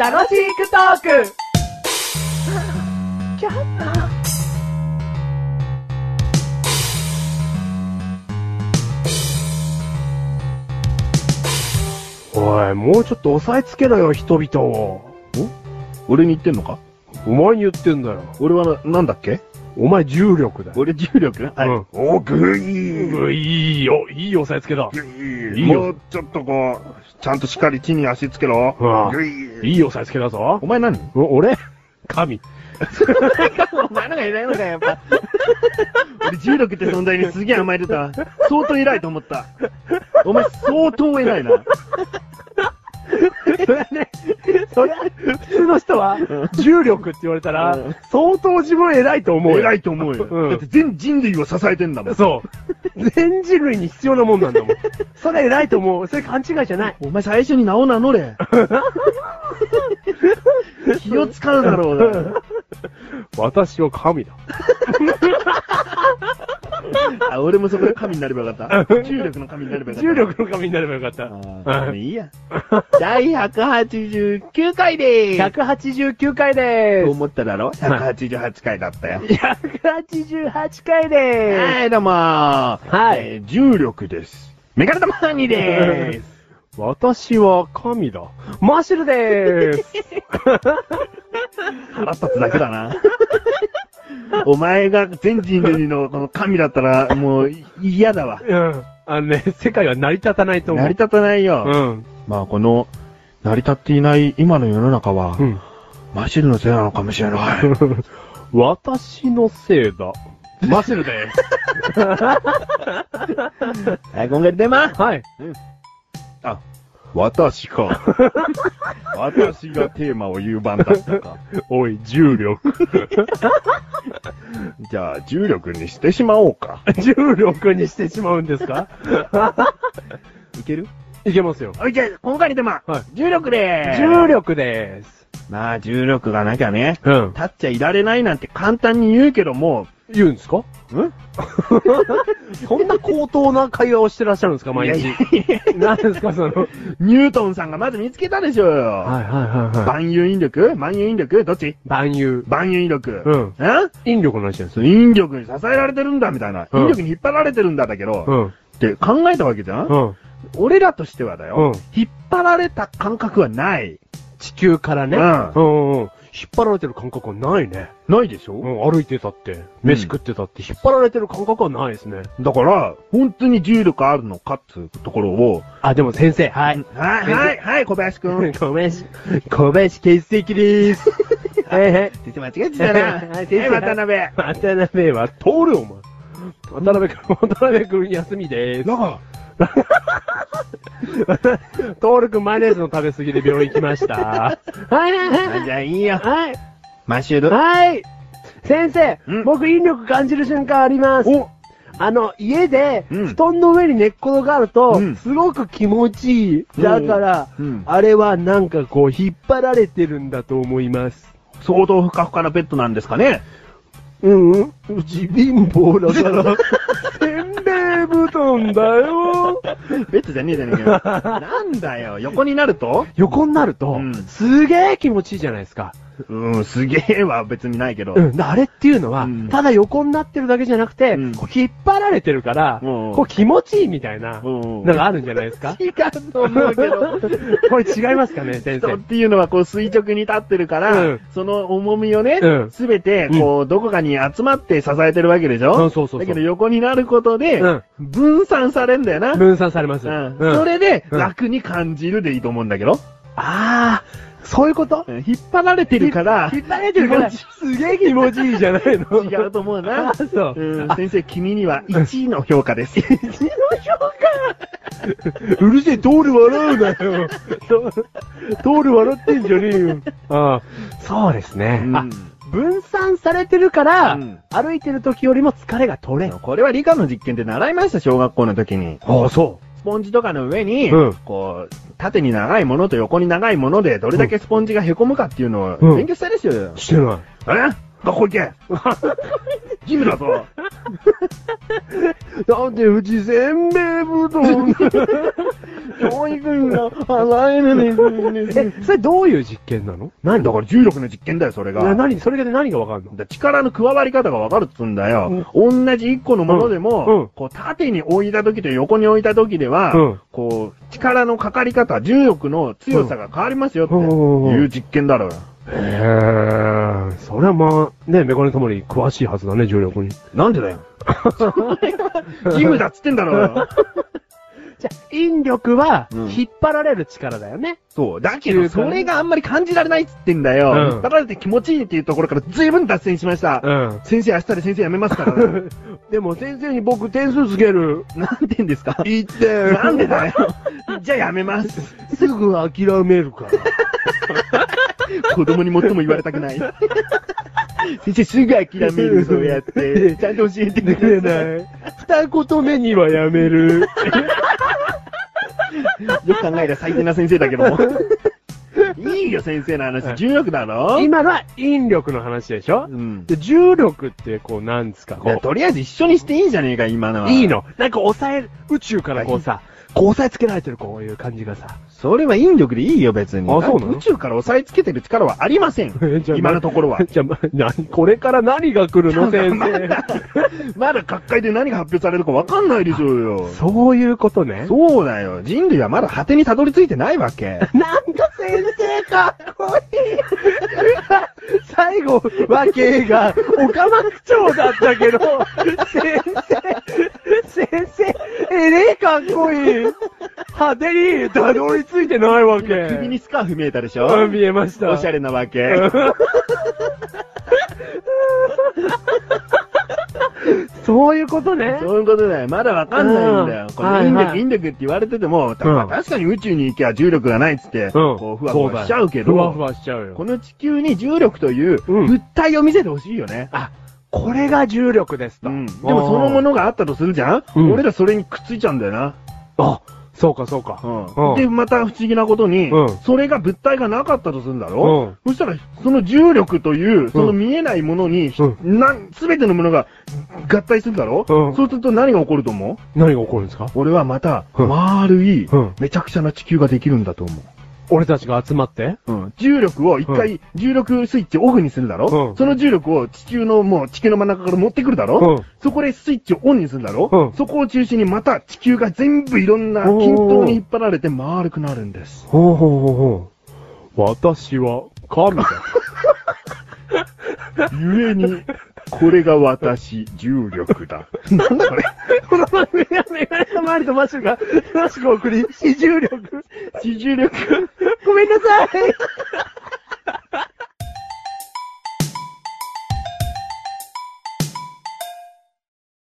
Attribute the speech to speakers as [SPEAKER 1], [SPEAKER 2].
[SPEAKER 1] 楽しくトーク
[SPEAKER 2] おい、もうちょっと押さえつけろよ、人々を。
[SPEAKER 3] 俺に言ってんのか
[SPEAKER 2] お前に言ってんだよ。
[SPEAKER 3] 俺はな、なんだっけ
[SPEAKER 2] お前重力だよ。
[SPEAKER 3] 俺重力なはい。
[SPEAKER 2] うん
[SPEAKER 3] おぐい
[SPEAKER 2] うんいいよ、いい押さえつけだ。
[SPEAKER 3] ぐ
[SPEAKER 2] い
[SPEAKER 3] い
[SPEAKER 2] いよ
[SPEAKER 3] もうちょっとこう、ちゃんとしっかり地に足つけろ。
[SPEAKER 2] うん
[SPEAKER 3] ぐい
[SPEAKER 2] いい押さえつけだぞ
[SPEAKER 3] お。前何
[SPEAKER 2] お俺 神。
[SPEAKER 3] お前のが偉いのかやっぱ。俺重力って存在にすげえ甘えてた。相当偉いと思った。お前相当偉いな。
[SPEAKER 2] それはね、それは、普通の人は、重力って言われたら
[SPEAKER 3] うん、
[SPEAKER 2] 相当自分偉いと思うよ。
[SPEAKER 3] 偉いと思うよ。
[SPEAKER 2] うん
[SPEAKER 3] だって全人類を支えてんだもん。
[SPEAKER 2] そう。全人類に必要なもんなんだ もん。それ偉いと思う。それ勘違いじゃない。
[SPEAKER 3] お前最初に名を名 乗れ。気を使うだろうな。
[SPEAKER 2] 私は神だ。
[SPEAKER 3] あ、俺もそこで神になればよかった。重力の神になればよかった。
[SPEAKER 2] 重力の神になればよかった。
[SPEAKER 3] ああ、いいや。第189回でーす。
[SPEAKER 1] 189回でー
[SPEAKER 3] と
[SPEAKER 1] す
[SPEAKER 3] 思っただろ ?188 回だったよ。
[SPEAKER 1] 188回でーす
[SPEAKER 3] はい、どうもー。
[SPEAKER 1] はい
[SPEAKER 3] えー重力です。メガネ玉にでー す。
[SPEAKER 2] 私は神だ。マシュル でーす。
[SPEAKER 3] 腹立つだけだな。 お前が全人類のこの神だったら、もう嫌だわ。
[SPEAKER 2] うん。あのね、世界は成り立たないと思う。
[SPEAKER 3] 成り立たないよ。
[SPEAKER 2] うん。
[SPEAKER 3] まあ、この、成り立っていない今の世の中は、
[SPEAKER 2] うん。
[SPEAKER 3] マシルのせいなのかもしれない。
[SPEAKER 2] 私のせいだ。
[SPEAKER 3] マシルでーす。はい、今回出ま
[SPEAKER 2] はい。
[SPEAKER 3] あ、私 か。私がテーマを言う番だったか。
[SPEAKER 2] おい、重力。
[SPEAKER 3] じゃあ、重力にしてしまおうか。
[SPEAKER 2] 重力にしてしまうんですか
[SPEAKER 3] いける
[SPEAKER 2] いけますよ。
[SPEAKER 3] はい、じゃあ、今回のテーマ、
[SPEAKER 2] はい
[SPEAKER 3] 重力でーす。
[SPEAKER 2] 重力でーす。
[SPEAKER 3] まあ、重力がなきゃね、
[SPEAKER 2] うん。
[SPEAKER 3] 立っちゃいられないなんて簡単に言うけども、
[SPEAKER 2] 言うんですか
[SPEAKER 3] ん
[SPEAKER 2] そんな高等な会話をしてらっしゃるんですか毎
[SPEAKER 3] いや
[SPEAKER 2] 日
[SPEAKER 3] い。やいや
[SPEAKER 2] 何ですかその。はい
[SPEAKER 3] ニュートンさんがまず見つけたでしょうよ。
[SPEAKER 2] はいはいは
[SPEAKER 3] 万有引力万有引力どっち
[SPEAKER 2] い。万有。
[SPEAKER 3] 万有引力。
[SPEAKER 2] うん。
[SPEAKER 3] え
[SPEAKER 2] 引力の話なんです
[SPEAKER 3] そ
[SPEAKER 2] よ。
[SPEAKER 3] の引力に支えられてるんだみたいな。
[SPEAKER 2] うん
[SPEAKER 3] 引力に引っ張られてるんだだけど、
[SPEAKER 2] う
[SPEAKER 3] っ
[SPEAKER 2] ん。
[SPEAKER 3] て考えたわけじゃん、
[SPEAKER 2] うん。
[SPEAKER 3] 俺らとしてはだよ、
[SPEAKER 2] うん
[SPEAKER 3] 引っ張られた感覚はない。
[SPEAKER 2] 地球からね。
[SPEAKER 3] うん
[SPEAKER 2] うんうんうん。引っ張られてる感覚はないね。
[SPEAKER 3] ないでしょ、
[SPEAKER 2] うん、歩いてたって、飯食ってたって、引っ張られてる感覚はないですね。
[SPEAKER 3] だから、本当に重力あるのかっていうところを、
[SPEAKER 2] あ、でも先生、はい。
[SPEAKER 3] はい、はい、はい、小林くん。
[SPEAKER 1] 小林、小林欠席でーす。はいはい。
[SPEAKER 3] 先生間違えてたな。は
[SPEAKER 1] はい先
[SPEAKER 3] い、
[SPEAKER 1] 生
[SPEAKER 3] 渡辺。
[SPEAKER 2] 渡辺は通る、お前。渡辺くん、渡辺くん休みでーす。
[SPEAKER 3] なんか、
[SPEAKER 2] トールくんマヨネーズの食べ過ぎで病院来ました。はいはいはい。
[SPEAKER 3] あじゃあいいよ。
[SPEAKER 2] はい。
[SPEAKER 3] マシュル。
[SPEAKER 1] はい。先生
[SPEAKER 3] う、ん
[SPEAKER 1] 僕引力感じる瞬間あります。
[SPEAKER 3] お
[SPEAKER 1] あの、家で、
[SPEAKER 3] うん
[SPEAKER 1] 布団の上に寝っ転がると、
[SPEAKER 3] うん
[SPEAKER 1] すごく気持ちいい。だから、
[SPEAKER 3] うん
[SPEAKER 1] あれはなんかこう、引っ張られてるんだと思います。
[SPEAKER 3] 相当ふかふかなベッドなんですかね
[SPEAKER 1] うんうん。うち貧乏だ から、せんべい布団だよ。
[SPEAKER 3] ベッドじゃねえじゃねえかよ。なんだよ、横になると
[SPEAKER 2] 横になると、
[SPEAKER 3] うん
[SPEAKER 2] すげえ気持ちいいじゃないですか。
[SPEAKER 3] うん、すげえは別にないけど。
[SPEAKER 2] うん。あれっていうのは、
[SPEAKER 3] うん
[SPEAKER 2] ただ横になってるだけじゃなくて、
[SPEAKER 3] うん
[SPEAKER 2] こう引っ張られてるから、
[SPEAKER 3] うん
[SPEAKER 2] こう気持ちいいみたいな、
[SPEAKER 3] うん
[SPEAKER 2] なんかあるんじゃないです か
[SPEAKER 3] 違うと思う けど。
[SPEAKER 2] これ違いますかね、先
[SPEAKER 3] 人っ
[SPEAKER 2] 生。
[SPEAKER 3] ていうのはこう垂直に立ってるから、
[SPEAKER 2] うん
[SPEAKER 3] その重みをね
[SPEAKER 2] うん、
[SPEAKER 3] すべ、てこう、どこかに集まって支えてるわけでし
[SPEAKER 2] う
[SPEAKER 3] ょ、
[SPEAKER 2] んそうそうそう
[SPEAKER 3] だけど横になることで、
[SPEAKER 2] うん
[SPEAKER 3] 分散されんだよな。 うん
[SPEAKER 2] 分散されます。うん
[SPEAKER 3] それで、
[SPEAKER 2] うん
[SPEAKER 3] 楽に感じるでいいと思うんだけど、
[SPEAKER 2] ああ、そういうこと
[SPEAKER 3] うん引っ張られてるから、
[SPEAKER 2] 引っ張られてるから、
[SPEAKER 3] 気持
[SPEAKER 2] すげえ気持ちいいじゃないの。
[SPEAKER 3] 違うと思う
[SPEAKER 2] あ
[SPEAKER 3] な。
[SPEAKER 2] ーそうう。
[SPEAKER 3] ん
[SPEAKER 2] あ、
[SPEAKER 3] 先生、君には1位の評価です。
[SPEAKER 2] うるせえ、通る笑うなよ。通る笑ってんじゃねえよ。ああ、そうですね。
[SPEAKER 3] うん
[SPEAKER 2] あ、分散されてるから、
[SPEAKER 3] うん
[SPEAKER 2] 歩いてる時よりも疲れが取れん。
[SPEAKER 3] これは理科の実験で習いました、小学校の時に。
[SPEAKER 2] ああ、そ
[SPEAKER 3] スポンジとかの上に、
[SPEAKER 2] うん
[SPEAKER 3] こう、縦に長いものと横に長いもので、どれだけスポンジが凹むかっていうのを
[SPEAKER 2] うん
[SPEAKER 3] 勉強したですよ。
[SPEAKER 2] う。してない。
[SPEAKER 3] え学校行け義務だぞ。
[SPEAKER 2] だってうちせんべいぶどん。 教育が払えるんです
[SPEAKER 1] え、それどういう実験なの
[SPEAKER 3] 何だから重力の実験だよ、それ
[SPEAKER 2] な
[SPEAKER 3] が。
[SPEAKER 2] 何それで何がわかんの
[SPEAKER 3] だ力の加わり方がわかるっつうんだよ。同じ一個のものでも、
[SPEAKER 2] うんうん
[SPEAKER 3] こう縦に置いた時と横に置いた時では、
[SPEAKER 2] うん
[SPEAKER 3] こう、力のかかり方、重力の強さが変わりますよって
[SPEAKER 2] うんうんうんうん
[SPEAKER 3] いう実験だろうよ。
[SPEAKER 2] へえ、それはまあ、ね、メガネたまり詳しいはずだね、重力に。
[SPEAKER 3] なんでだよ。義務だっつってんだろう よ。
[SPEAKER 1] じゃあ、引力は、
[SPEAKER 3] うん
[SPEAKER 1] 引っ張られる力だよね。
[SPEAKER 3] そう。だけど、それがあんまり感じられないっつってんだよ。
[SPEAKER 2] うん
[SPEAKER 3] 引っ張られて気持ちいいっていうところから随分脱線しました。
[SPEAKER 2] うん。
[SPEAKER 3] 先生、明日で先生辞めますから ね。
[SPEAKER 2] でも先生に僕点数つける。
[SPEAKER 3] なんて言うんですか
[SPEAKER 2] いって。
[SPEAKER 3] なんでだよ。じゃあやめます。
[SPEAKER 2] すぐ諦める から。
[SPEAKER 3] 子供に最も言われたくない。先生、すぐ諦める、そうや って。ちゃんと教えてく
[SPEAKER 2] 出
[SPEAKER 3] れない。
[SPEAKER 2] ない。二言目にはやめ る。
[SPEAKER 3] よく考えたら最低な先生だけども。いいよ、先生の話。重力だろ
[SPEAKER 2] 今のは引力の話でしょ
[SPEAKER 3] うん。
[SPEAKER 2] で、重力ってこう、なんですか、
[SPEAKER 3] いや
[SPEAKER 2] こと
[SPEAKER 3] りあえず一緒にしていいじゃねえか、今のは。
[SPEAKER 2] う。いいのなんか抑える、宇宙からこうさ、こう押さえつけられてるこういう感じがさ。
[SPEAKER 3] それは引力でいいよ、別に。
[SPEAKER 2] あそうなの
[SPEAKER 3] 宇宙から押さえつけてる力はありませ ん
[SPEAKER 2] えじゃ。あ
[SPEAKER 3] 今のところは
[SPEAKER 2] 。じゃあ、ま何これから何が来るの、先
[SPEAKER 3] ま
[SPEAKER 2] 生。
[SPEAKER 3] だ、 まだ各界で何が発表されるかわかんないでしょうよ。
[SPEAKER 2] そういうことね。
[SPEAKER 3] そうだよ。人類はまだ果てにたどり着いてないわけ。
[SPEAKER 2] なんか先生かっこいい最後、和系が、オカマ区長だったけど、先生、先生、えれえかっこいい派手にたどり着いてないわけ。
[SPEAKER 3] 首にスカーフ見えたでしょ
[SPEAKER 2] あ見えました。
[SPEAKER 3] おしゃれなわけ。
[SPEAKER 2] そういうことね。
[SPEAKER 3] そういうことだよ。まだわかんないんだよ
[SPEAKER 2] う。ん
[SPEAKER 3] これ引
[SPEAKER 2] はいは
[SPEAKER 3] 力、
[SPEAKER 2] い
[SPEAKER 3] 引力って言われてても、たまあ確かに宇宙に行きゃ重力がないっつって、こう、ふわふわしちゃうけど、
[SPEAKER 2] ふわふわしちゃうよ。
[SPEAKER 3] この地球に重力という
[SPEAKER 2] うん
[SPEAKER 3] 物体を見せてほしいよね。
[SPEAKER 2] あ、これが重力ですと。
[SPEAKER 3] でもそのものがあったとするじゃん、
[SPEAKER 2] うん
[SPEAKER 3] 俺らそれにくっついちゃうんだよな。
[SPEAKER 2] あ、そうかそうか。うん
[SPEAKER 3] で、また不思議なことに、
[SPEAKER 2] うん
[SPEAKER 3] それが物体がなかったとするんだろ、そしたら、その重力という、その見えないものに、
[SPEAKER 2] うん
[SPEAKER 3] なん、すべてのものが合体するだろ、
[SPEAKER 2] うん
[SPEAKER 3] そうすると何が起こると思う
[SPEAKER 2] 何が起こるんですか
[SPEAKER 3] 俺はまた、
[SPEAKER 2] うん
[SPEAKER 3] 丸い、
[SPEAKER 2] うん
[SPEAKER 3] めちゃくちゃな地球ができるんだと思う。
[SPEAKER 2] 俺たちが集まって
[SPEAKER 3] うん重力を一回、重力スイッチをオフにするだろ、
[SPEAKER 2] うん
[SPEAKER 3] その重力を地球のもう地球の真ん中から持ってくるだろ、
[SPEAKER 2] うん
[SPEAKER 3] そこでスイッチをオンにするだろ、
[SPEAKER 2] うん
[SPEAKER 3] そこを中心にまた地球が全部いろんな
[SPEAKER 2] おー
[SPEAKER 3] 均等に引っ張られて丸くなるんです。
[SPEAKER 2] ほうほうほうほう。私は神だ。
[SPEAKER 3] ゆえに、これが私、重力だ。なんだこれ
[SPEAKER 2] この番組はメガネたまりとマッシュが楽しくお送り、四重力。
[SPEAKER 3] 重力。
[SPEAKER 2] ごめんなさい。